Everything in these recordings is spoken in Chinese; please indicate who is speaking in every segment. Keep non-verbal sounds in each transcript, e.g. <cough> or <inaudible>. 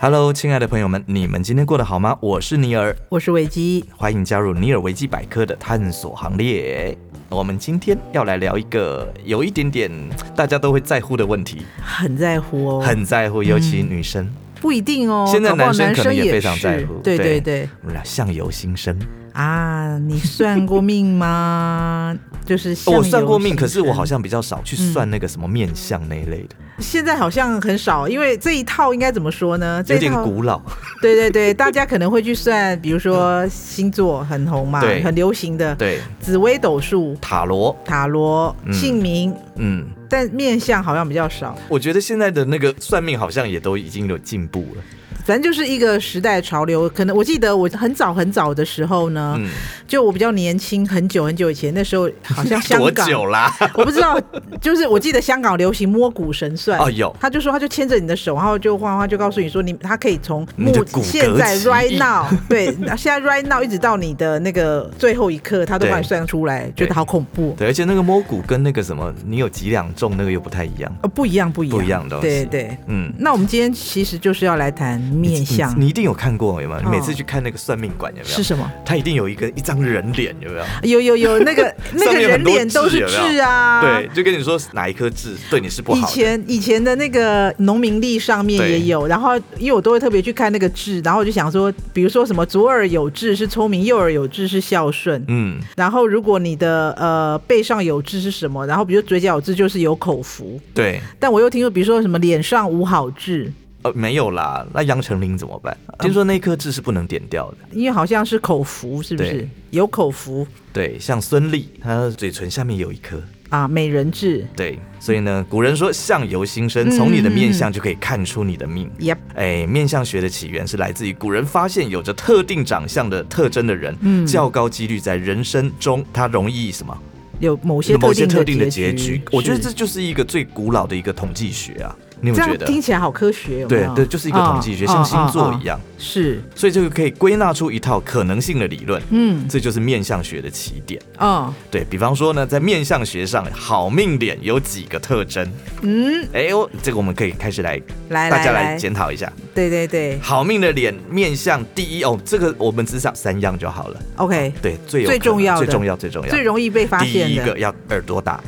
Speaker 1: Hello，亲爱的朋友们，你们今天过得好吗？我是尼尔，
Speaker 2: 我是维基。
Speaker 1: 欢迎加入尼尔维基百科的探索行列。我们今天要来聊一个有一点点大家都会在乎的问题，
Speaker 2: 很在乎哦，
Speaker 1: 很在乎，尤其女生。
Speaker 2: 不一定哦，
Speaker 1: 现在
Speaker 2: 搞不好
Speaker 1: 男生
Speaker 2: 男
Speaker 1: 可能
Speaker 2: 生
Speaker 1: 也
Speaker 2: 也
Speaker 1: 非常在
Speaker 2: 是
Speaker 1: 乎
Speaker 2: 对
Speaker 1: 对
Speaker 2: 对对
Speaker 1: 我们来相由心生。
Speaker 2: 啊，你算过命吗？ <laughs> 就是
Speaker 1: 哦我
Speaker 2: 相
Speaker 1: 算
Speaker 2: 由
Speaker 1: 过命，
Speaker 2: 心
Speaker 1: 可是我
Speaker 2: 生
Speaker 1: 好像比较少去算那个什么面相那一类的，
Speaker 2: <laughs> 现在好像很少，因为这一套应该怎么说呢？这
Speaker 1: 有
Speaker 2: 一
Speaker 1: 点
Speaker 2: 套
Speaker 1: 古老。
Speaker 2: <laughs> 对对对，大家可能会去算，比如说星座很红嘛，
Speaker 1: 嗯对
Speaker 2: 很流行的
Speaker 1: 对，
Speaker 2: 紫微斗数、
Speaker 1: 塔罗，
Speaker 2: 塔罗、
Speaker 1: 嗯
Speaker 2: 姓名，
Speaker 1: 嗯，
Speaker 2: 但面相好像比较少。
Speaker 1: 我觉得现在的那个算命好像也都已经有进步了。
Speaker 2: 反正就是一个时代潮流。可能我记得我很早很早的时候呢，
Speaker 1: 嗯，
Speaker 2: 就我比较年轻，很久很久以前，那时候好像
Speaker 1: <laughs>
Speaker 2: 香
Speaker 1: 多
Speaker 2: 港。
Speaker 1: 久啦？
Speaker 2: 我不知道，就是我记得香港流行摸骨神算
Speaker 1: 哦有
Speaker 2: 他就说他就牵着你的手，然后就晃晃，就告诉你说你他可以从
Speaker 1: 你
Speaker 2: 目
Speaker 1: 的骨骼
Speaker 2: 现在
Speaker 1: 奇
Speaker 2: right
Speaker 1: 异
Speaker 2: now
Speaker 1: <laughs>
Speaker 2: 对，现在 right now 一直到你的那个最后一刻，他都
Speaker 1: 对
Speaker 2: 帮你算出来，觉
Speaker 1: 对
Speaker 2: 得好恐怖。
Speaker 1: 对，而且那个摸骨跟那个什么，你有几两重那个又不太一样。
Speaker 2: 呃，不一样，不一样，
Speaker 1: 不一样的东西
Speaker 2: 对对。
Speaker 1: 嗯，
Speaker 2: 那我们今天其实就是要来谈
Speaker 1: 你
Speaker 2: 面相
Speaker 1: 你你一定有看过有没有？你每
Speaker 2: 哦
Speaker 1: 次去看那个算命馆有没有？
Speaker 2: 是什么？
Speaker 1: 他一定有一个一张人脸有没有？
Speaker 2: 有有有，那个
Speaker 1: <laughs>
Speaker 2: 那
Speaker 1: 上
Speaker 2: 个
Speaker 1: 面有很
Speaker 2: 人
Speaker 1: 多
Speaker 2: 脸都是
Speaker 1: 痣有没有
Speaker 2: 痣啊，
Speaker 1: 对，就跟你说哪一颗痣对你是不
Speaker 2: 以
Speaker 1: 好的。
Speaker 2: 前以前的那个农民历上面
Speaker 1: 对
Speaker 2: 也有，然后因为我都会特别去看那个痣，然后我就想说，比如说什么左耳有痣是聪明，右耳有痣是孝顺。
Speaker 1: 嗯，
Speaker 2: 然后，如果你的呃背上有痣是什么？然后，比如嘴角有痣就是有口福。
Speaker 1: 对，
Speaker 2: 但我又听说，比如说什么脸上无好痣，
Speaker 1: 呃，没有啦。那杨丞琳怎么办？听说那颗痣是不能点掉的。
Speaker 2: 因为好像是口福，是不是
Speaker 1: 对？
Speaker 2: 有口福
Speaker 1: 对，像孙俪，她的嘴唇下面有一颗。
Speaker 2: 啊，美人痣。
Speaker 1: 对，所以呢，古人说相由心
Speaker 2: 嗯
Speaker 1: 生，从你的面相就可以看出你的命。
Speaker 2: Yep，
Speaker 1: 哎，面相学的起源是来自于古人发现有着特定长相的特征的人，嗯，较高几率在人生中他容易什么
Speaker 2: 有某些
Speaker 1: 某
Speaker 2: 特
Speaker 1: 些
Speaker 2: 定
Speaker 1: 特
Speaker 2: 的
Speaker 1: 定的结局。我觉得
Speaker 2: 是
Speaker 1: 这就是一个最古老的一个统计学啊，你有
Speaker 2: 这
Speaker 1: 没有觉
Speaker 2: 样
Speaker 1: 得？
Speaker 2: 听起来好科学，哦有没
Speaker 1: 对
Speaker 2: 有
Speaker 1: 对，就是一个统计学，
Speaker 2: 啊
Speaker 1: 像
Speaker 2: 啊
Speaker 1: 星座
Speaker 2: 啊
Speaker 1: 一样，
Speaker 2: 是，
Speaker 1: 所以这个可以归纳出一套可能性的理论。
Speaker 2: 嗯
Speaker 1: 这就是面相学的起点。
Speaker 2: 嗯。
Speaker 1: 对比方说呢，在面相学上，好命脸有几个特征？
Speaker 2: 嗯，
Speaker 1: 哎呦，这个我们可以开始来，
Speaker 2: 来
Speaker 1: 大家来
Speaker 2: 来
Speaker 1: 检讨一下。
Speaker 2: 对对对
Speaker 1: 好命的脸面相第一哦，这个我们只想三样就好了。
Speaker 2: ，OK，
Speaker 1: 对，最有
Speaker 2: 最
Speaker 1: 可能
Speaker 2: 重要的
Speaker 1: 最重要、最重要、
Speaker 2: 最容易被发
Speaker 1: 第
Speaker 2: 现
Speaker 1: 一
Speaker 2: 的
Speaker 1: 个要耳朵大，，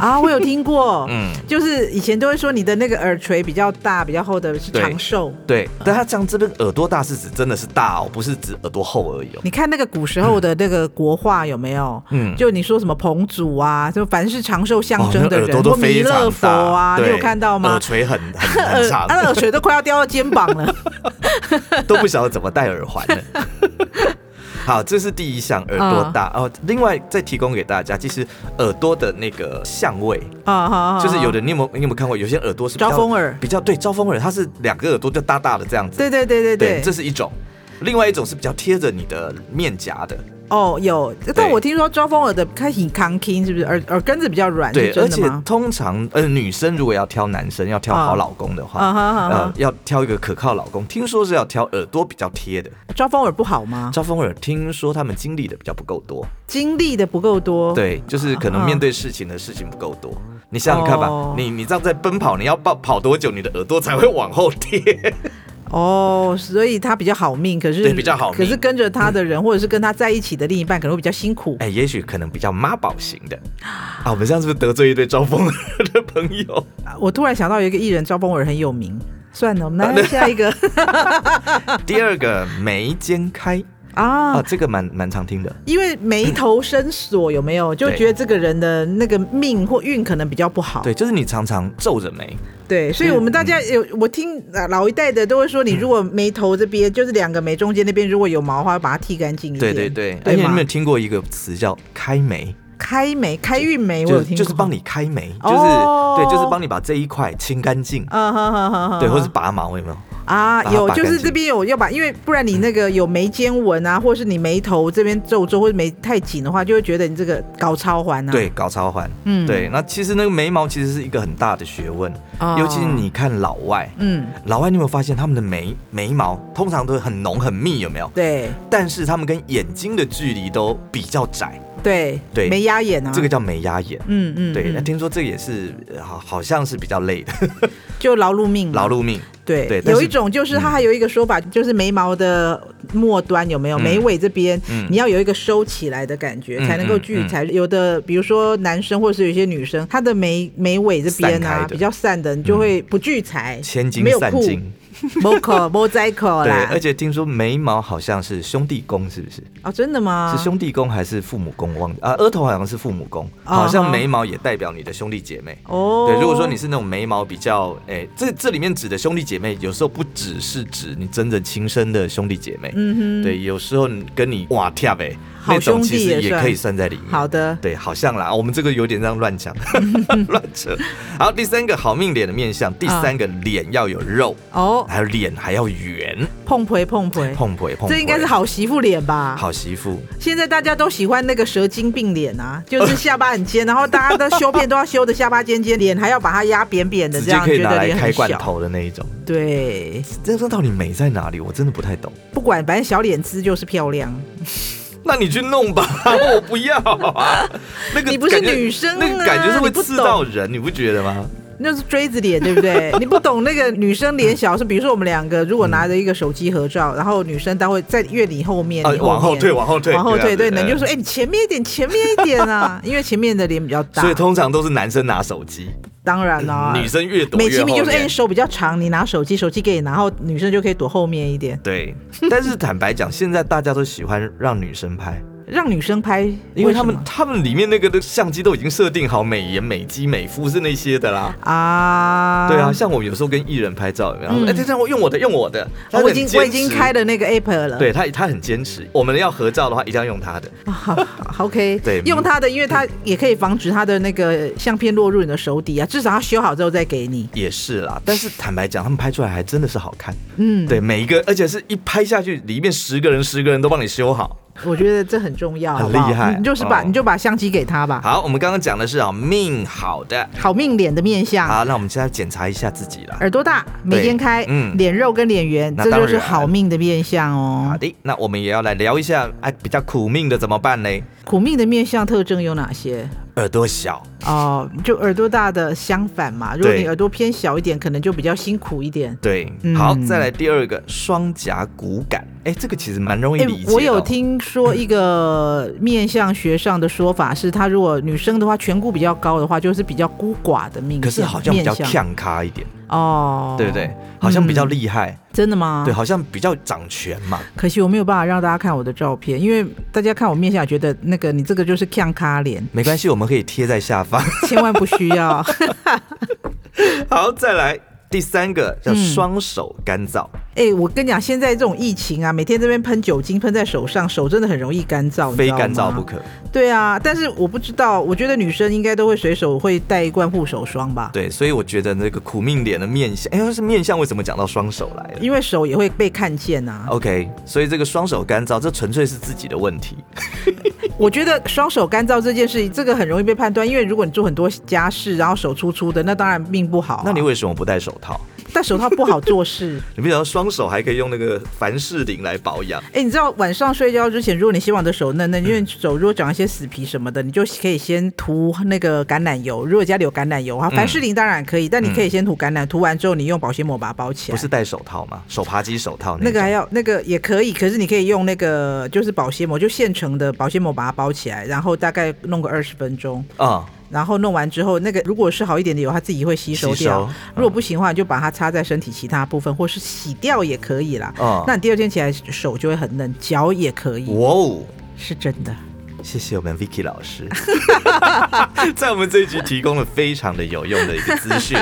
Speaker 2: 啊，我有听过
Speaker 1: <laughs> 嗯，
Speaker 2: 就是以前都会说你的那个耳垂比较大、比较厚的是
Speaker 1: 对
Speaker 2: 长寿。
Speaker 1: 对。
Speaker 2: 嗯
Speaker 1: 但他讲这个耳朵大是指真的是大哦，不是指耳朵厚而已哦。
Speaker 2: 你看那个古时候的那个国画有没有？
Speaker 1: 嗯
Speaker 2: 就你说什么彭祖啊，就凡是长寿象
Speaker 1: 哦，
Speaker 2: 征
Speaker 1: 那
Speaker 2: 的
Speaker 1: 耳
Speaker 2: 人，
Speaker 1: 朵都
Speaker 2: 或弥
Speaker 1: 非
Speaker 2: 勒
Speaker 1: 常
Speaker 2: 佛
Speaker 1: 大
Speaker 2: 啊，你
Speaker 1: 对
Speaker 2: 有看到吗
Speaker 1: 耳？垂很很
Speaker 2: <laughs>
Speaker 1: 很长，
Speaker 2: 他的耳垂呃都快要掉到肩膀
Speaker 1: <laughs>
Speaker 2: 了。
Speaker 1: 都不晓得怎么戴耳环
Speaker 2: <laughs>
Speaker 1: 了。好，这是第一项，耳朵大、
Speaker 2: 嗯
Speaker 1: 哦。另外再提供给大家，其实耳朵的那个相位，
Speaker 2: 啊好好
Speaker 1: 就是有的
Speaker 2: 好
Speaker 1: 你有没有你有没有看过？有些耳朵是比较
Speaker 2: 招风耳
Speaker 1: 比较对招风耳，它是两个耳朵就大大的这样子。
Speaker 2: 对对对对对，
Speaker 1: 这是一种。另外一种是比较贴着你的面颊的，
Speaker 2: 哦有，但我听说招风耳的开始扛 king 是不是耳耳根子比较软？
Speaker 1: 对，
Speaker 2: 是
Speaker 1: 而
Speaker 2: 真的
Speaker 1: 且
Speaker 2: 吗？
Speaker 1: 通常呃女生如果要挑男生，要挑好
Speaker 2: 啊
Speaker 1: 老公的话，
Speaker 2: 啊哈哈
Speaker 1: 呃
Speaker 2: 哈，
Speaker 1: 要挑一个可靠老公，听说是要挑耳朵比较贴的。
Speaker 2: 招风耳不好吗？
Speaker 1: 招风耳听说他们经历的比较不够多，
Speaker 2: 经历的不够多，，
Speaker 1: 对，就是可能面对事情的事情不够多。你想想看吧，
Speaker 2: 啊哦
Speaker 1: 你你这样在奔跑，你要跑跑多久，你的耳朵才会往后贴？
Speaker 2: 哦，所以他比较好命，可是
Speaker 1: 对比较好命
Speaker 2: 可是跟着他的人，或者是跟他在一起的另一半，可能会比较辛苦。
Speaker 1: 哎，也许可能比较妈宝型的啊。我们这样是不是得罪一对招风耳的朋友？ <laughs>
Speaker 2: 我突然想到有一个艺人招风耳很有名，算了，我们来看下一
Speaker 1: <laughs>
Speaker 2: 个
Speaker 1: 第二个眉间开啊，
Speaker 2: 啊。
Speaker 1: 这个蛮蛮常听的。
Speaker 2: 因为眉头深锁，有没有就
Speaker 1: 对
Speaker 2: 觉得这个人的那个命或运可能比较不好？
Speaker 1: 对，就是你常常皱着眉，
Speaker 2: 对所以我们大家有我听呃老一代的都会说，你如果眉头这边就是两个眉中间那边如果有毛的话，把它剃干净一
Speaker 1: 对
Speaker 2: 点。
Speaker 1: 对对。而
Speaker 2: 对
Speaker 1: 且你有
Speaker 2: 吗
Speaker 1: 没有听过一个词叫开眉？
Speaker 2: 开眉开运哎眉，我
Speaker 1: 就
Speaker 2: 有听
Speaker 1: 就是帮
Speaker 2: 你，
Speaker 1: 你开眉，就是
Speaker 2: 哦
Speaker 1: 对，就是帮你把这一块清干净，
Speaker 2: 嗯哼哼哼哼，
Speaker 1: 对，或
Speaker 2: 哼
Speaker 1: 是拔毛，有没有？
Speaker 2: 啊
Speaker 1: 把，它
Speaker 2: 有
Speaker 1: 拔
Speaker 2: 就
Speaker 1: 干
Speaker 2: 是
Speaker 1: 净
Speaker 2: 这边有要把，因为不然你那个有眉间纹啊，或是你眉头这边皱皱或者眉太紧的话，就会觉得你这个搞超环啊。，
Speaker 1: 对，搞超环。
Speaker 2: 嗯，
Speaker 1: 对，那其实那个眉毛其实是一个很大的学问，
Speaker 2: 哦
Speaker 1: 尤其是你看老外，
Speaker 2: 嗯，
Speaker 1: 老外你有没有发现他们的眉眉毛通常都很浓很密，有没有？
Speaker 2: 对，
Speaker 1: 但是他们跟眼睛的距离都比较窄，
Speaker 2: 对
Speaker 1: 对
Speaker 2: 没压眼啊，
Speaker 1: 这个叫眉压眼。
Speaker 2: 嗯嗯，
Speaker 1: 对，那
Speaker 2: 嗯
Speaker 1: 听说这也是呃好，好像是比较累的
Speaker 2: <laughs> 就劳碌命嘛，
Speaker 1: 劳碌命。
Speaker 2: 对，
Speaker 1: 对但
Speaker 2: 有
Speaker 1: 是
Speaker 2: 一种就是它还有一个说法，就是眉毛的末端有没有
Speaker 1: 嗯
Speaker 2: 眉尾这边
Speaker 1: 嗯，
Speaker 2: 你要有一个收起来的感觉，
Speaker 1: 嗯
Speaker 2: 才能够聚财。有的比如说男生或者是有些女生，她的眉眉尾这边
Speaker 1: 散
Speaker 2: 啊
Speaker 1: 开的嗯
Speaker 2: 比较散的，你就会不聚财，
Speaker 1: 千金
Speaker 2: 没有
Speaker 1: 散
Speaker 2: 库
Speaker 1: 尽。<laughs>
Speaker 2: 没口没灾口
Speaker 1: 对，
Speaker 2: 啦
Speaker 1: 而。且听说眉毛好像是兄弟宫，是不是？
Speaker 2: 哦，真的吗？
Speaker 1: 是兄弟宫还是父母宫？忘啊，额头好像是父母宫，
Speaker 2: 啊哈
Speaker 1: 好像眉毛也代表你的兄弟姐妹。
Speaker 2: 哦，
Speaker 1: 对，如果说你是那种眉毛比较，哎、这这里面指的兄弟姐妹，有时候不只是指你真的亲生的兄弟姐妹，
Speaker 2: 嗯
Speaker 1: 对，有时候你跟你哇跳呗，
Speaker 2: 好
Speaker 1: 那种其
Speaker 2: 兄弟也
Speaker 1: 实也
Speaker 2: 算
Speaker 1: 可以算在里面。
Speaker 2: 哼，好的，
Speaker 1: 对，好像啦，我们这个有点这样乱
Speaker 2: <laughs>
Speaker 1: 讲，乱扯。好，第三个好命脸的面相，第三个脸要有肉，
Speaker 2: 哦， <laughs>
Speaker 1: 还有脸还要圆，
Speaker 2: 碰培碰培，
Speaker 1: 碰腿碰腿。
Speaker 2: 这应该是好媳妇脸吧？
Speaker 1: 好媳妇，
Speaker 2: 现在大家都喜欢那个蛇精病脸啊， <laughs> 就是下巴很尖，然后大家的修片都要修的下巴尖尖，脸还要把它压扁扁的，
Speaker 1: 直
Speaker 2: 这
Speaker 1: 接
Speaker 2: 样
Speaker 1: 可以
Speaker 2: 觉
Speaker 1: 拿
Speaker 2: 得
Speaker 1: 来
Speaker 2: 脸
Speaker 1: 开
Speaker 2: 很
Speaker 1: 罐
Speaker 2: 小。
Speaker 1: 头的那一种。
Speaker 2: 对，
Speaker 1: 这这到底美在哪里？我真的不太懂。
Speaker 2: 不管，反正小脸姿就是漂亮。
Speaker 1: 那你去弄吧， <laughs> 我不要
Speaker 2: <laughs>
Speaker 1: 啊！那个
Speaker 2: 你不是
Speaker 1: 感觉
Speaker 2: 女生
Speaker 1: 那个
Speaker 2: 啊
Speaker 1: 感觉是会
Speaker 2: 你不
Speaker 1: 刺
Speaker 2: 懂
Speaker 1: 到人，你不觉得吗？
Speaker 2: 那是锥子脸，对不对？ <laughs> 你不懂那个女生脸小是，比如说我们两个如果拿着一个手机合照，然后女生她会在越你后面，
Speaker 1: 啊
Speaker 2: 你，
Speaker 1: 往后
Speaker 2: 面
Speaker 1: 退，往后退，
Speaker 2: 往后退，
Speaker 1: 这
Speaker 2: 对，
Speaker 1: 样子
Speaker 2: 你就
Speaker 1: 呃
Speaker 2: 说，哎，你前面一点，前面一点啊，因为前面的脸比较
Speaker 1: <laughs>
Speaker 2: 大
Speaker 1: 所，以通常都是男生拿手机，
Speaker 2: 当然啦，
Speaker 1: 女生越躲
Speaker 2: 啊美
Speaker 1: 越
Speaker 2: 其
Speaker 1: 后
Speaker 2: 名就是，哎、
Speaker 1: 面
Speaker 2: 你手比较长，你拿手机，手机给你，然后女生就可以躲后面一点，
Speaker 1: 对，但是坦白讲，现在大家都喜欢让女生
Speaker 2: <laughs>
Speaker 1: 拍，
Speaker 2: 让女生拍，
Speaker 1: 因为他们
Speaker 2: 什么
Speaker 1: 他们里面那个的相机都已经设定好美颜、美肌、美肤是那些的啦。
Speaker 2: 啊，
Speaker 1: 对啊，，像我有时候跟艺人拍照，然后
Speaker 2: 嗯啊
Speaker 1: 哎，这样我用我的，用我的，他
Speaker 2: 我
Speaker 1: 很
Speaker 2: 已经
Speaker 1: 坚
Speaker 2: 我已经
Speaker 1: 持
Speaker 2: 开，了那个 app 了，
Speaker 1: 对他他很坚持，我们要合照的话一定要用他的，
Speaker 2: 好好，OK，
Speaker 1: 对
Speaker 2: 用它的，因为它也可以防止它的那个相片落入你的手底啊，至少它修好之后再给你，
Speaker 1: 也是啦。但是坦白讲，他们拍出来还真的是好看，
Speaker 2: 嗯，
Speaker 1: 对，每一个，而且是一拍下去，里面十个人十个人都帮你修好。
Speaker 2: 我觉得这很重要，
Speaker 1: 很
Speaker 2: 好不好
Speaker 1: 厉害
Speaker 2: 你就是把、
Speaker 1: 哦
Speaker 2: 你就把相机给他吧，
Speaker 1: 好，我们刚刚讲的是啊命好的，
Speaker 2: 好命脸的面相。
Speaker 1: 好，那我们现在检查一下自己啦。
Speaker 2: 耳朵大，眉间开，
Speaker 1: 嗯
Speaker 2: 脸肉跟脸圆，
Speaker 1: 那
Speaker 2: 这就
Speaker 1: 当
Speaker 2: 是
Speaker 1: 然
Speaker 2: 好命的面相
Speaker 1: 好
Speaker 2: 哦。
Speaker 1: 的，那我们也要来聊一下，哎，比较苦命的怎么办呢？
Speaker 2: 苦命的面相特征有哪些？
Speaker 1: 耳朵小，
Speaker 2: 哦，就耳朵大的相反嘛。如果
Speaker 1: 对
Speaker 2: 你耳朵偏小一点，可能就比较辛苦一点。
Speaker 1: 对，
Speaker 2: 嗯
Speaker 1: 好，再来第二个双颊骨感，哎，这个其实蛮容易
Speaker 2: 诶
Speaker 1: 理解的哦、
Speaker 2: 我有听说一个面相学上的说法是，她如果女生的话，颧骨比较高的话，就是比较孤寡的命相。
Speaker 1: 可是好像比较
Speaker 2: 面相
Speaker 1: 呛咖一点，
Speaker 2: 哦，嗯啊
Speaker 1: 对不对？？好像比较厉害，
Speaker 2: 真的吗？
Speaker 1: 对，。好像比较掌权嘛。
Speaker 2: 可惜我没有办法让大家看我的照片，因为大家看我面相，觉得那个你这个就是呛咖脸， <laughs>
Speaker 1: 没关系，我们可以贴在下方。
Speaker 2: 千万不需要。 <laughs>
Speaker 1: 好，再来第三个叫
Speaker 2: 嗯
Speaker 1: 双手干燥，
Speaker 2: 哎、我跟你讲，现在这种疫情啊，每天这边喷酒精喷在手上，手真的很容易干燥，你知
Speaker 1: 非
Speaker 2: 道
Speaker 1: 干燥
Speaker 2: 吗
Speaker 1: 不可。
Speaker 2: 对啊，但是我不知道，我觉得女生应该都会随手会带一罐护手霜吧，
Speaker 1: 对，所以我觉得那个苦命脸的面相，哎，要是面相为什么讲到双手来了？
Speaker 2: 因为手也会被看见啊呐、
Speaker 1: OK，所以这个双手干燥，这纯粹是自己的问题。
Speaker 2: 我觉得双手干燥这件事情，这个很容易被判断，因为如果你做很多家事，然后手粗粗的，那当然命不好啊、
Speaker 1: 那你为什么不戴手套？
Speaker 2: 戴手套不好
Speaker 1: <laughs>
Speaker 2: 做事。
Speaker 1: 你不想要双手还可以用那个凡士林来保养？
Speaker 2: 哎、你知道晚上睡觉之前，如果你希望你的手嫩嫩，因为手如果长一些死皮什么的，你就可以先涂那个橄榄油。如果家里有橄榄油啊，
Speaker 1: 嗯
Speaker 2: 凡士林当然可以，但你可以先涂橄榄，涂完之后你用保鲜膜把它包起来。
Speaker 1: 不是戴手套吗？手扒鸡手套
Speaker 2: 那个
Speaker 1: 种
Speaker 2: 还要那个也可以，可是你可以用那个就是保鲜膜，就现成的保鲜膜把它包起来，然后大概弄个二十分钟，
Speaker 1: 啊、
Speaker 2: 然后弄完之后，那个如果是好一点的油，它自己会吸收
Speaker 1: 吸
Speaker 2: 掉；
Speaker 1: 收嗯
Speaker 2: 如果不行的话，你就把它擦在身体其他部分，或是洗掉也可以啦。
Speaker 1: 哦
Speaker 2: 那你第二天起来手就会很嫩，脚也可以，
Speaker 1: 哇哦！
Speaker 2: 是真的。
Speaker 1: 谢谢我们 Vicky 老师，在我们这一集提供了非常的有用的一个资讯。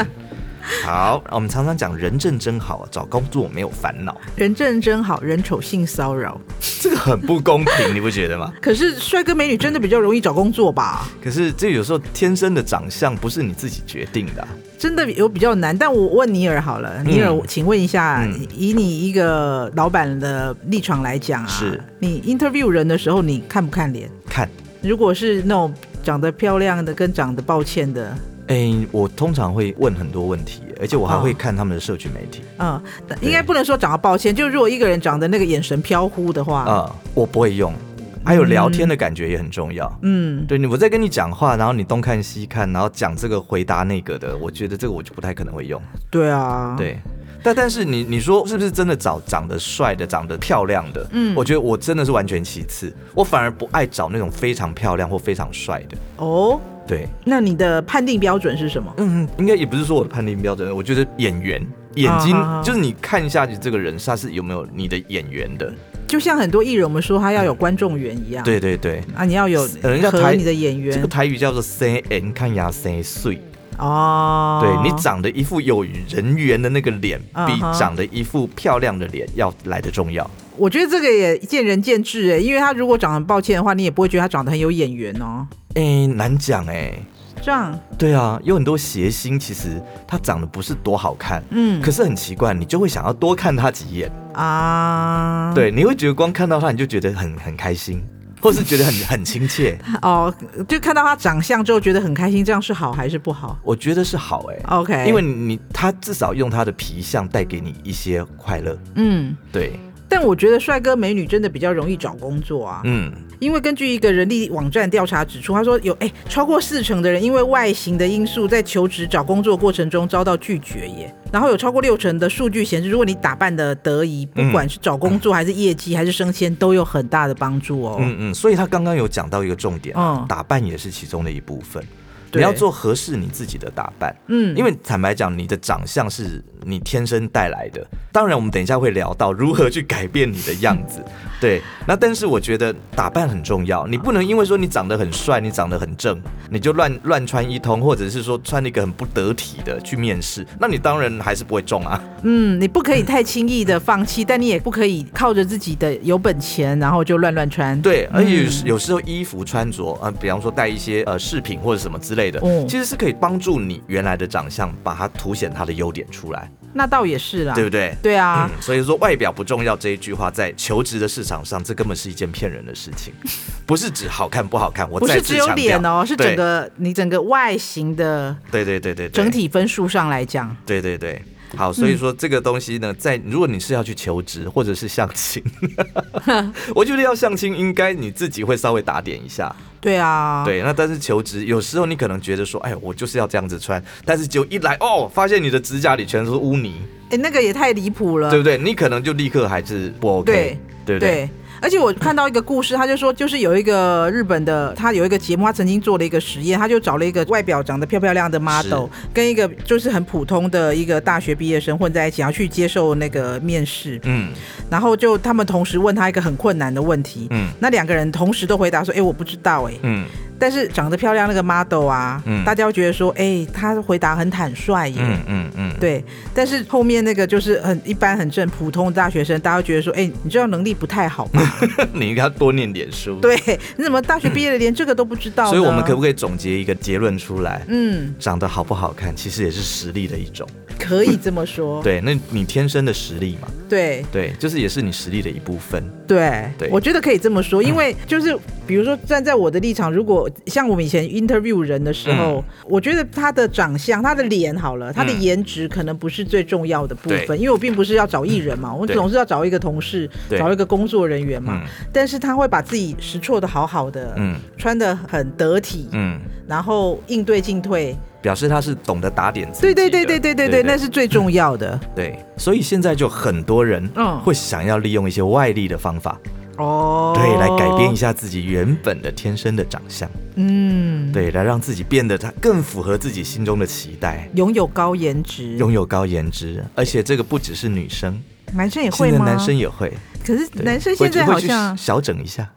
Speaker 1: 好，我们常常讲人正真好，啊找工作没有烦恼，
Speaker 2: 人正真好人丑性骚扰，
Speaker 1: 这个很不公平，你不觉得吗？
Speaker 2: 可是帅哥美女真的比较容易找工作吧？
Speaker 1: 可是这有时候天生的长相不是你自己决定的啊、
Speaker 2: 真的有比较难，但我问尼尔好了，尼尔，
Speaker 1: 嗯
Speaker 2: 请问一下，
Speaker 1: 嗯
Speaker 2: 以你一个老板的立场来讲啊，
Speaker 1: 是
Speaker 2: 你 interview 人的时候，你看不看脸？
Speaker 1: 看。
Speaker 2: 如果是那种长得漂亮的跟长得抱歉的，
Speaker 1: 哎、我通常会问很多问题，而且我还
Speaker 2: 哦
Speaker 1: 会看他们的社群媒体。
Speaker 2: 嗯，
Speaker 1: 啊
Speaker 2: 应该不能说长得抱歉，就如果一个人长得那个眼神飘忽的话，
Speaker 1: 啊、我不会用，还有聊天的感觉也很重要。
Speaker 2: 嗯，
Speaker 1: 对你，我在跟你讲话，然后你东看西看，然后讲这个回答那个的，我觉得这个我就不太可能会用。
Speaker 2: 对啊，，
Speaker 1: 对，但但是你你说是不是真的找长得帅的、长得漂亮的？嗯，我觉得我真的是完全其次，我反而不爱找那种非常漂亮或非常帅的。
Speaker 2: 哦，
Speaker 1: 对，
Speaker 2: 那你的判定标准是什么？
Speaker 1: 嗯，应该也不是说我的判定标准，我觉得眼缘。眼睛
Speaker 2: 啊啊啊
Speaker 1: 就是你看下去这个人，他是有没有你的眼缘的？
Speaker 2: 就像很多艺人，我们说他要有观众缘一样，
Speaker 1: 嗯对对对，
Speaker 2: 啊，你要有
Speaker 1: 人家
Speaker 2: 和
Speaker 1: 台
Speaker 2: 你的演
Speaker 1: 这个
Speaker 2: 员
Speaker 1: 台语叫做“生眼看牙生碎”，
Speaker 2: 哦，
Speaker 1: 对你长得一副有人缘的那个脸，
Speaker 2: 嗯
Speaker 1: 比
Speaker 2: 哼
Speaker 1: 长得一副漂亮的脸要来的重要。
Speaker 2: 我觉得这个也见仁见智哎，因为他如果长得很抱歉的话，你也不会觉得他长得很有眼缘哦。
Speaker 1: 哎，难讲哎、
Speaker 2: 这样，
Speaker 1: 对啊，有很多谐星，其实他长得不是多好看，
Speaker 2: 嗯
Speaker 1: 可是很奇怪，你就会想要多看他几眼。
Speaker 2: 啊，，
Speaker 1: 对，你会觉得光看到他，你就觉得很很开心，或是觉得很 <laughs> 很亲切。
Speaker 2: 哦，就看到他长相之后觉得很开心，这样是好还是不好
Speaker 1: 我觉得是好哎、
Speaker 2: ？OK，
Speaker 1: 因为你他至少用他的皮相带给你一些快乐。
Speaker 2: 嗯，
Speaker 1: 对，
Speaker 2: 但我觉得帅哥美女真的比较容易找工作啊，
Speaker 1: 嗯，
Speaker 2: 因为根据一个人力网站调查指出，他说有哎超过四成的人因为外形的因素在求职找工作过程中遭到拒绝耶，然后有超过六成的数据显示，如果你打扮的得宜，不
Speaker 1: 嗯
Speaker 2: 管是找工作还是业绩还是升迁，都有很大的帮助哦。
Speaker 1: 嗯嗯，所以他刚刚有讲到一个重点、啊，
Speaker 2: 嗯
Speaker 1: 打扮也是其中的一部分。你
Speaker 2: 对
Speaker 1: 要做合适你自己的打扮，
Speaker 2: 嗯
Speaker 1: 因为坦白讲，你的长相是你天生带来的。当然，我们等一下会聊到如何去改变你的样
Speaker 2: <laughs>
Speaker 1: 子。对，那但是我觉得打扮很重要，你不能因为说你长得很帅，你长得很正，你就乱乱穿一通，或者是说穿一个很不得体的去面试，那你当然还是不会中啊。
Speaker 2: 嗯，你不可以太轻易的放弃，但你也不可以靠着自己的有本钱，然后就乱乱穿。，嗯
Speaker 1: 对，而且有时有时候衣服穿着，呃，比方说带一些呃饰品或者什么之类的，
Speaker 2: 哦
Speaker 1: 其实是可以帮助你原来的长相，把它凸显它的优点出来，
Speaker 2: 那倒也是啦。
Speaker 1: 对不对？
Speaker 2: 对啊，
Speaker 1: 嗯，所以说外表不重要这一句话，在求职的市场上，这根本是一件骗人的事
Speaker 2: <laughs>
Speaker 1: 情，不是指好看不好看，我
Speaker 2: 不
Speaker 1: 再
Speaker 2: 是
Speaker 1: 次
Speaker 2: 只有
Speaker 1: 强调
Speaker 2: 脸哦，是整
Speaker 1: 对
Speaker 2: 个你整个外形的
Speaker 1: 对对对对对
Speaker 2: 整体分数上来讲。
Speaker 1: 对对对。好，所以说这个东西
Speaker 2: 嗯
Speaker 1: 呢，在如果你是要去求职或者是相
Speaker 2: <laughs>
Speaker 1: 亲， <laughs> 我觉得要相亲应该你自己会稍微打点一下，
Speaker 2: 对啊，
Speaker 1: 对。那但是求职有时候你可能觉得说，哎，我就是要这样子穿，但是结果一来哦，发现你的指甲里全都是污泥，
Speaker 2: 哎，那个也太离谱了。
Speaker 1: 对不对？你可能就立刻还是不 OK，
Speaker 2: 呃对
Speaker 1: 对不对？
Speaker 2: 对而且我看到一个故事，他就说，就是有一个日本的，他有一个节目，他曾经做了一个实验，他就找了一个外表长得漂漂亮的 model，跟一个就是很普通的一个大学毕业生混在一起，然后去接受那个面试，
Speaker 1: 嗯
Speaker 2: 然后就他们同时问他一个很困难的问题，
Speaker 1: 嗯
Speaker 2: 那两个人同时都回答说，哎、我不知道、哎、
Speaker 1: 嗯
Speaker 2: 但是长得漂亮那个 model 啊，
Speaker 1: 嗯
Speaker 2: 大家会觉得说，哎、他回答很坦率耶，
Speaker 1: 嗯嗯嗯，
Speaker 2: 对，但是后面那个就是很一般、很正普通的大学生，大家会觉得说，哎、你这样能力不太好吧？
Speaker 1: <laughs>
Speaker 2: <laughs>
Speaker 1: 你应该多念点书。，
Speaker 2: 对，啊你怎么大学毕业了连这个都不知道呢？
Speaker 1: 所以我们可不可以总结一个结论出来？
Speaker 2: 嗯，
Speaker 1: 长得好不好看，其实也是实力的一种。
Speaker 2: 可以这么说。
Speaker 1: 对，那你天生的实力嘛，
Speaker 2: 对
Speaker 1: 对，就是也是你实力的一部分。
Speaker 2: 对
Speaker 1: 对
Speaker 2: 我觉得可以这么说，因为就是比如说站在我的立场，如果像我们以前 interview 人的时候，我觉得他的长相、他的脸好了，他的
Speaker 1: 嗯
Speaker 2: 颜值可能不是最重要的部
Speaker 1: 对
Speaker 2: 分，因为我并不是要找艺人嘛，我
Speaker 1: 对
Speaker 2: 总是要找一个同事，
Speaker 1: 对
Speaker 2: 找一个工作人员
Speaker 1: 嗯
Speaker 2: 嘛。但是他会把自己识错的好好的，
Speaker 1: 嗯
Speaker 2: 穿的很得体，
Speaker 1: 嗯，
Speaker 2: 然后应对进退，
Speaker 1: 表示他是懂得打点自己的。
Speaker 2: 对对对对对对对，那是最重要的
Speaker 1: 对。所以现在就很多人
Speaker 2: 嗯
Speaker 1: 会想要利用一些外力的方法，
Speaker 2: 哦。
Speaker 1: 嗯对，来改变一
Speaker 2: 下，
Speaker 1: 下自己原本的天生的长相，
Speaker 2: 嗯，
Speaker 1: 对，来让自己变得他更符合自己心中的期待。
Speaker 2: 拥有高颜值，
Speaker 1: 拥有高颜值，而且这个不只是女生，
Speaker 2: 男生也会
Speaker 1: 现在
Speaker 2: 吗？
Speaker 1: 男生也会。
Speaker 2: 可是
Speaker 1: 对
Speaker 2: 男生
Speaker 1: 会
Speaker 2: 现在
Speaker 1: 会
Speaker 2: 好
Speaker 1: 去
Speaker 2: 像
Speaker 1: 小整一下，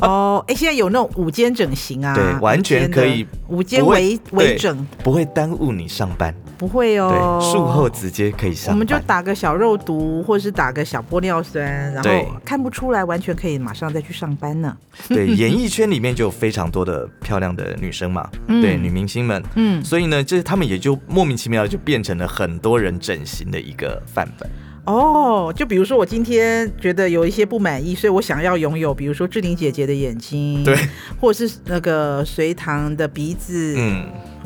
Speaker 2: 哦，哎，现在有那种午间整形啊，
Speaker 1: 对完全可以
Speaker 2: 午间
Speaker 1: 不
Speaker 2: 的午
Speaker 1: 会
Speaker 2: 间微
Speaker 1: 对
Speaker 2: 微整，
Speaker 1: 不会耽误你上班。
Speaker 2: 不会
Speaker 1: 对
Speaker 2: 哦，，
Speaker 1: 术后。直接可以上
Speaker 2: 我
Speaker 1: 班。
Speaker 2: 们就打个小肉毒，或是打个小玻尿酸，然
Speaker 1: 对
Speaker 2: 后看不出来，完全可以马上再去上班呢。 <laughs>
Speaker 1: 对演艺圈里面就有非常多的漂亮的女生嘛，
Speaker 2: 嗯
Speaker 1: 对女明星们，
Speaker 2: 嗯，
Speaker 1: 所以呢，就是她们也就莫名其妙的就变成了很多人整形的一个范本。
Speaker 2: 哦，就比如说我今天觉得有一些不满意，所以我想要拥有，比如说志玲姐姐的眼睛，
Speaker 1: 对，
Speaker 2: 或者是那个隋唐的鼻子，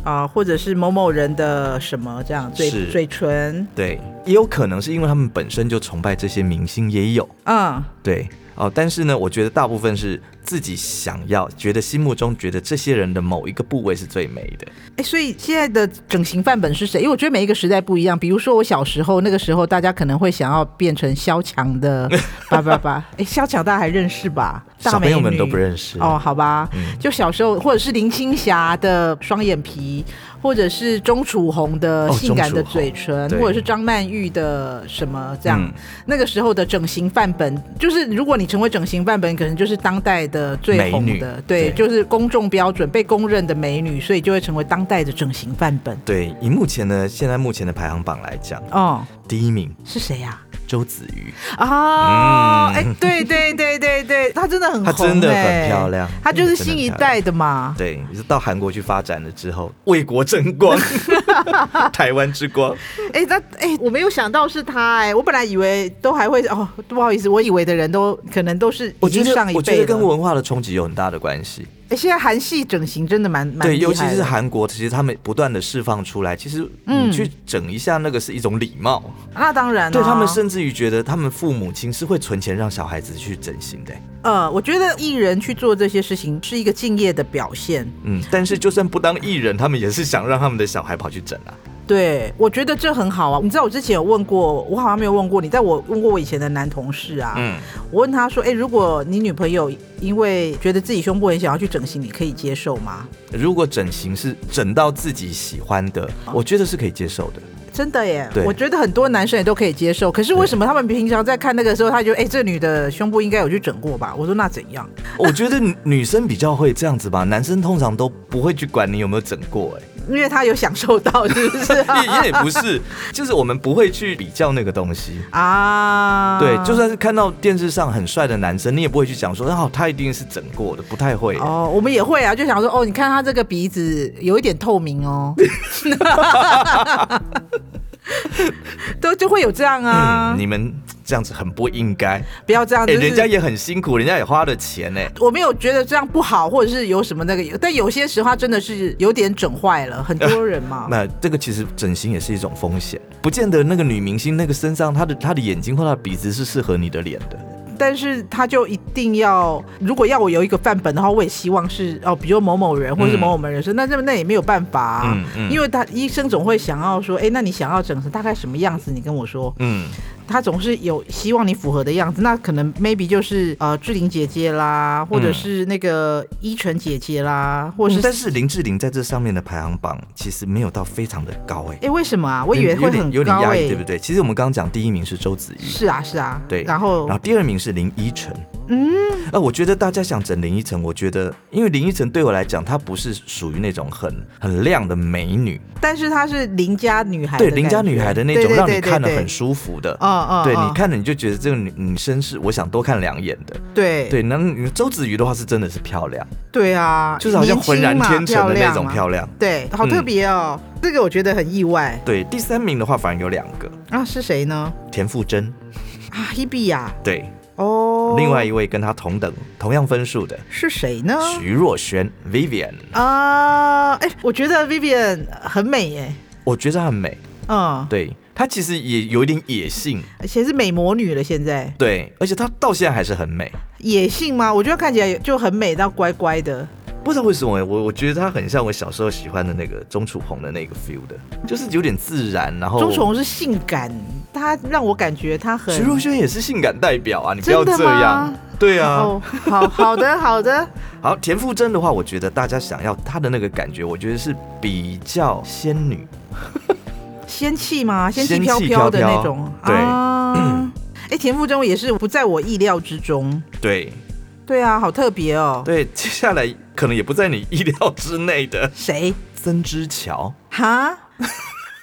Speaker 2: 啊、
Speaker 1: 嗯，
Speaker 2: 或者是某某人的什么这样嘴
Speaker 1: 是
Speaker 2: 嘴唇，
Speaker 1: 对，也有可能是因为她们本身就崇拜这些明星，也有
Speaker 2: 嗯，
Speaker 1: 对。哦，但是呢，我觉得大部分是自己想要，觉得心目中觉得这些人的某一个部位是最美的。
Speaker 2: 哎，所以现在的整形范本是谁？因为我觉得每一个时代不一样。比如说我小时候那个时候，大家可能会想要变成萧蔷的
Speaker 1: <laughs>
Speaker 2: 爸爸爸。哎，萧蔷大家还认识吧？大
Speaker 1: 小朋友
Speaker 2: 美
Speaker 1: 们
Speaker 2: 女
Speaker 1: 都不认识
Speaker 2: 哦，好吧。
Speaker 1: 嗯
Speaker 2: 就小时候，或者是林青霞的双眼皮，或者是钟楚红的
Speaker 1: 哦
Speaker 2: 性感的
Speaker 1: 钟楚红
Speaker 2: 嘴唇，
Speaker 1: 对
Speaker 2: 或者是张曼玉的什么这样。
Speaker 1: 嗯
Speaker 2: 那个时候的整形范本，就是如果你成为整形范本，可能就是当代的最
Speaker 1: 美
Speaker 2: 红
Speaker 1: 女
Speaker 2: 的，对，
Speaker 1: 对
Speaker 2: 就是公众标准被公认的美女，所以就会成为当代的整形范本。
Speaker 1: 对，以目前呢，现在目前的排行榜来讲，
Speaker 2: 哦，
Speaker 1: 第一名
Speaker 2: 是谁呀、
Speaker 1: 周子
Speaker 2: <laughs>
Speaker 1: 瑜，
Speaker 2: 啊？
Speaker 1: 嗯
Speaker 2: 哎、对对对对对，她真的很红、
Speaker 1: 她
Speaker 2: 哎，
Speaker 1: 真的很漂亮
Speaker 2: 她就是
Speaker 1: 嗯真的
Speaker 2: 新一
Speaker 1: 很漂亮
Speaker 2: 代的嘛。
Speaker 1: 对，也是到韩国去发展了之后，为国争光，
Speaker 2: <laughs>
Speaker 1: 台湾之光。
Speaker 2: 哎、那哎、我没有想到是她哎、我本来以为都还会哦，不好意思，我以为的人都可能都是
Speaker 1: 我
Speaker 2: 已
Speaker 1: 觉
Speaker 2: 经
Speaker 1: 得
Speaker 2: 上一辈了。
Speaker 1: 我觉得跟文化的冲击有很大的关系。
Speaker 2: 哎、现在韩系整形真的蛮蛮
Speaker 1: 对，
Speaker 2: 厉害
Speaker 1: 尤其是
Speaker 2: 的
Speaker 1: 韩国，其实他们不断的释放出来，其实
Speaker 2: 嗯
Speaker 1: 你去整一下那个是一种礼貌。
Speaker 2: 那当然、啊，
Speaker 1: 对他们甚至于觉得他们父母亲是会存钱让小孩子去整形的、
Speaker 2: 呃，我觉得艺人去做这些事情是一个敬业的表现。
Speaker 1: 嗯，但是就算不当艺人，他们也是想让他们的小孩跑去整啊。
Speaker 2: 对，我觉得这很好啊。你知道我之前有问过，我好像没有问过你，但我问过我以前的男同事啊，
Speaker 1: 嗯，
Speaker 2: 我问他说：“哎、如果你女朋友因为觉得自己胸部很小要去整形，你可以接受吗
Speaker 1: 如果整形是整到自己喜欢的，我觉得是可以接受的。？”
Speaker 2: 真的耶，
Speaker 1: 对
Speaker 2: 我觉得很多男生也都可以接受。可是为什么他们平常在看那个时候，他觉得哎、这女的胸部应该有去整过吧？我说那怎样？
Speaker 1: 我觉得女女生比较会这样子吧，男生通常都不会去管你有没有整过、欸，
Speaker 2: 因为他有享受到， <laughs> 是不
Speaker 1: <laughs>
Speaker 2: 是、啊？
Speaker 1: 也也不是，就是我们不会去比较那个东西。
Speaker 2: 啊，
Speaker 1: 对，就算是看到电视上很帅的男生，你也不会去讲说，哦，他一定是整过的，不太会。
Speaker 2: 哦，我们也会啊，就想说，哦，你看他这个鼻子有一点透
Speaker 1: <laughs>
Speaker 2: 明哦，都就会有这样啊，
Speaker 1: 嗯，你们这样子很不应该。
Speaker 2: 不要这样，
Speaker 1: 哎、
Speaker 2: 就是
Speaker 1: 人家也很辛苦，人家也花了钱哎、
Speaker 2: 我没有觉得这样不好，或者是有什么那个，但有些时候他真的是有点整坏了，很多人嘛。
Speaker 1: 那这个其实整形也是一种风险，不见得那个女明星那个身上她的她的眼睛或她的鼻子是适合你的脸的。
Speaker 2: 但是他就一定要，如果要我有一个范本的话，我也希望是哦，比如某某人或者是某某某人说，那那那也没有办法、啊，
Speaker 1: 嗯嗯
Speaker 2: 因为他医生总会想要说，哎，那你想要整成大概什么样子？你跟我说，
Speaker 1: 嗯，
Speaker 2: 他总是有希望你符合的样子，那可能 maybe 就是呃志玲姐姐啦，或者是那个依晨姐姐啦，或者是
Speaker 1: 嗯但是林志玲在这上面的排行榜其实没有到非常的高哎、
Speaker 2: 哎、为什么啊？我以为
Speaker 1: 有
Speaker 2: 会
Speaker 1: 有点有点
Speaker 2: 很高
Speaker 1: 压
Speaker 2: 哎、
Speaker 1: 抑，对不对？其实我们刚刚讲第一名是周子瑜，
Speaker 2: 是啊是啊，
Speaker 1: 对，
Speaker 2: 然后
Speaker 1: 然后第二名是林依晨。嗯，啊，我觉得大家想整林依晨，我觉得因为林依晨对我来讲，她不是属于那种很很亮的美女，
Speaker 2: 但是她是邻家女孩的
Speaker 1: 对
Speaker 2: 感觉，
Speaker 1: 邻家女孩的那
Speaker 2: 对
Speaker 1: 种，
Speaker 2: 对
Speaker 1: 让
Speaker 2: 对
Speaker 1: 你
Speaker 2: 对
Speaker 1: 看了
Speaker 2: 对
Speaker 1: 很舒服的。
Speaker 2: 哦哦，
Speaker 1: 对，
Speaker 2: 哦
Speaker 1: 你看了你就觉得这个女女生是我想多看两眼的。
Speaker 2: 对
Speaker 1: 对，那你周子瑜的话是真的是漂亮，
Speaker 2: 对啊，
Speaker 1: 就是好像
Speaker 2: 年轻
Speaker 1: 浑然
Speaker 2: 嘛
Speaker 1: 天成的那种
Speaker 2: 嘛
Speaker 1: 漂亮。
Speaker 2: 对，好特
Speaker 1: 嗯
Speaker 2: 别哦，这个我觉得很意外
Speaker 1: 对，第三名的话反而有两个，
Speaker 2: 啊，是谁呢？
Speaker 1: 田馥甄，
Speaker 2: 啊，伊比亚
Speaker 1: 对，
Speaker 2: 哦，
Speaker 1: 另外一位跟她同等同样分数的
Speaker 2: 是谁呢？
Speaker 1: 徐若瑄 Vivian，
Speaker 2: 啊，哎、我觉得 Vivian 很美耶，
Speaker 1: 我觉得她很美，
Speaker 2: 嗯，
Speaker 1: 对她其实也有一点野性，
Speaker 2: 而且是美魔女了，现在
Speaker 1: 对，而且她到现在还是很美，
Speaker 2: 野性吗？我觉得看起来就很美到乖乖的，
Speaker 1: 不知道为什么欸我我觉得她很像我小时候喜欢的那个钟楚红的那个 feel 的，就是有点自然，然后
Speaker 2: 钟楚红是性感，她让我感觉她很
Speaker 1: 徐若瑄也是性感代表啊，你不要
Speaker 2: 真
Speaker 1: 这
Speaker 2: 的
Speaker 1: 样
Speaker 2: 吗。
Speaker 1: 对啊，
Speaker 2: 哦，好好的好的，
Speaker 1: 好，田馥甄的话，我觉得大家想要她的那个感觉，我觉得是比较仙女，
Speaker 2: 仙气吗？仙气
Speaker 1: 仙气
Speaker 2: 飘
Speaker 1: 飘
Speaker 2: 的
Speaker 1: 飘
Speaker 2: 那种，
Speaker 1: 对
Speaker 2: 啊， <clears throat> 哎、田馥甄也是不在我意料之中，
Speaker 1: 对
Speaker 2: 对啊，好特别哦，
Speaker 1: 对，接下来可能也不在你意料之内
Speaker 2: <laughs>
Speaker 1: 的
Speaker 2: 谁
Speaker 1: 曾之乔，
Speaker 2: 哈？ <laughs>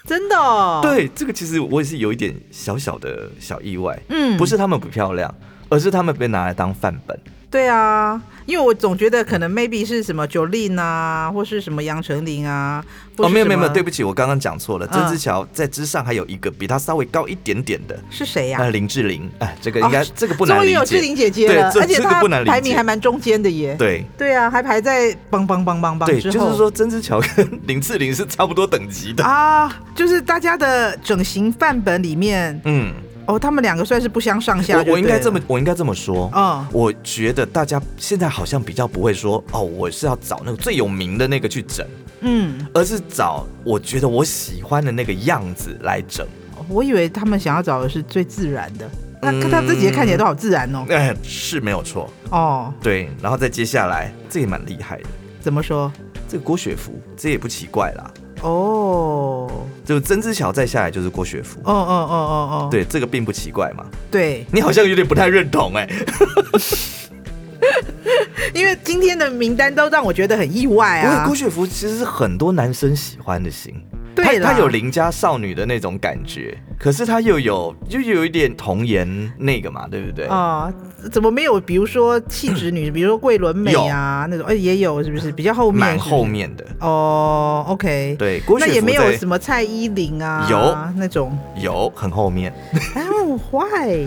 Speaker 2: 真的、哦？，
Speaker 1: 对，这个其实我也是有一点小小的小意外，
Speaker 2: 嗯
Speaker 1: 不是她们不漂亮，而是她们被拿来当范本，
Speaker 2: 对啊，因为我总觉得可能 maybe 是什么 Jolin 啊，或是什么杨丞琳啊，或
Speaker 1: 哦，
Speaker 2: 是
Speaker 1: 没有
Speaker 2: 什
Speaker 1: 没有没有，
Speaker 2: 么
Speaker 1: 对不起，我刚刚讲错了，曾
Speaker 2: 嗯
Speaker 1: 之乔在之上还有一个比她稍微高一点点的，
Speaker 2: 是谁呀、
Speaker 1: 那林志玲，哎，这个应该、
Speaker 2: 哦
Speaker 1: 这个不难
Speaker 2: 终于
Speaker 1: 理
Speaker 2: 有志
Speaker 1: 解
Speaker 2: 玲，姐姐了，
Speaker 1: 对这
Speaker 2: 而且
Speaker 1: 这个
Speaker 2: 她
Speaker 1: 不难理解
Speaker 2: 排名还蛮中间的耶。
Speaker 1: 对。
Speaker 2: 对啊，还排在邦邦邦邦邦
Speaker 1: 对，
Speaker 2: 之
Speaker 1: 就
Speaker 2: 后。啊
Speaker 1: 是说曾之乔跟 <laughs> 林志玲是差不多等级的。
Speaker 2: 啊，就是大家的整形范本里面，
Speaker 1: 嗯，
Speaker 2: 哦，他们两个算是不相上下
Speaker 1: 我我应该
Speaker 2: 就对了
Speaker 1: 这么，我应该这么说。
Speaker 2: 嗯
Speaker 1: 我觉得大家现在好像比较不会说哦，我是要找那个最有名的那个去整，
Speaker 2: 嗯，
Speaker 1: 而是找我觉得我喜欢的那个样子来整。
Speaker 2: 我以为他们想要找的是最自然的，那
Speaker 1: 嗯
Speaker 2: 他自己看起来都好自然哦。
Speaker 1: <laughs> 哎、是没有错，
Speaker 2: 哦，
Speaker 1: 对。然后再接下来，这也蛮厉害的，
Speaker 2: 怎么说？
Speaker 1: 这个郭雪芙，这也不奇怪啦。
Speaker 2: 哦，
Speaker 1: 就曾之乔再下来就是郭雪芙，
Speaker 2: 哦哦哦哦哦，
Speaker 1: 对，这个并不奇怪嘛。
Speaker 2: 对，
Speaker 1: 你好像有点不太认同哎、
Speaker 2: 因为今天的名单都让我觉得很意外
Speaker 1: 因为
Speaker 2: 啊
Speaker 1: 郭。雪芙其实是很多男生喜欢的型，
Speaker 2: 对
Speaker 1: 她
Speaker 2: 啦
Speaker 1: 她有邻家少女的那种感觉，可是她又有又有一点童颜那个嘛，对不对？
Speaker 2: 哦，怎么没有？比如说气质
Speaker 1: 嗯
Speaker 2: 女，比如说桂纶镁啊那种，哎，也有是不是？比较后面
Speaker 1: 蛮
Speaker 2: 是不是
Speaker 1: 后面的，
Speaker 2: 哦，OK，，
Speaker 1: 对，郭
Speaker 2: 那
Speaker 1: 雪
Speaker 2: 也
Speaker 1: 芙
Speaker 2: 没有
Speaker 1: 在
Speaker 2: 什么蔡依林啊，
Speaker 1: 有
Speaker 2: 那种，
Speaker 1: 有很后面，
Speaker 2: 哦，Why？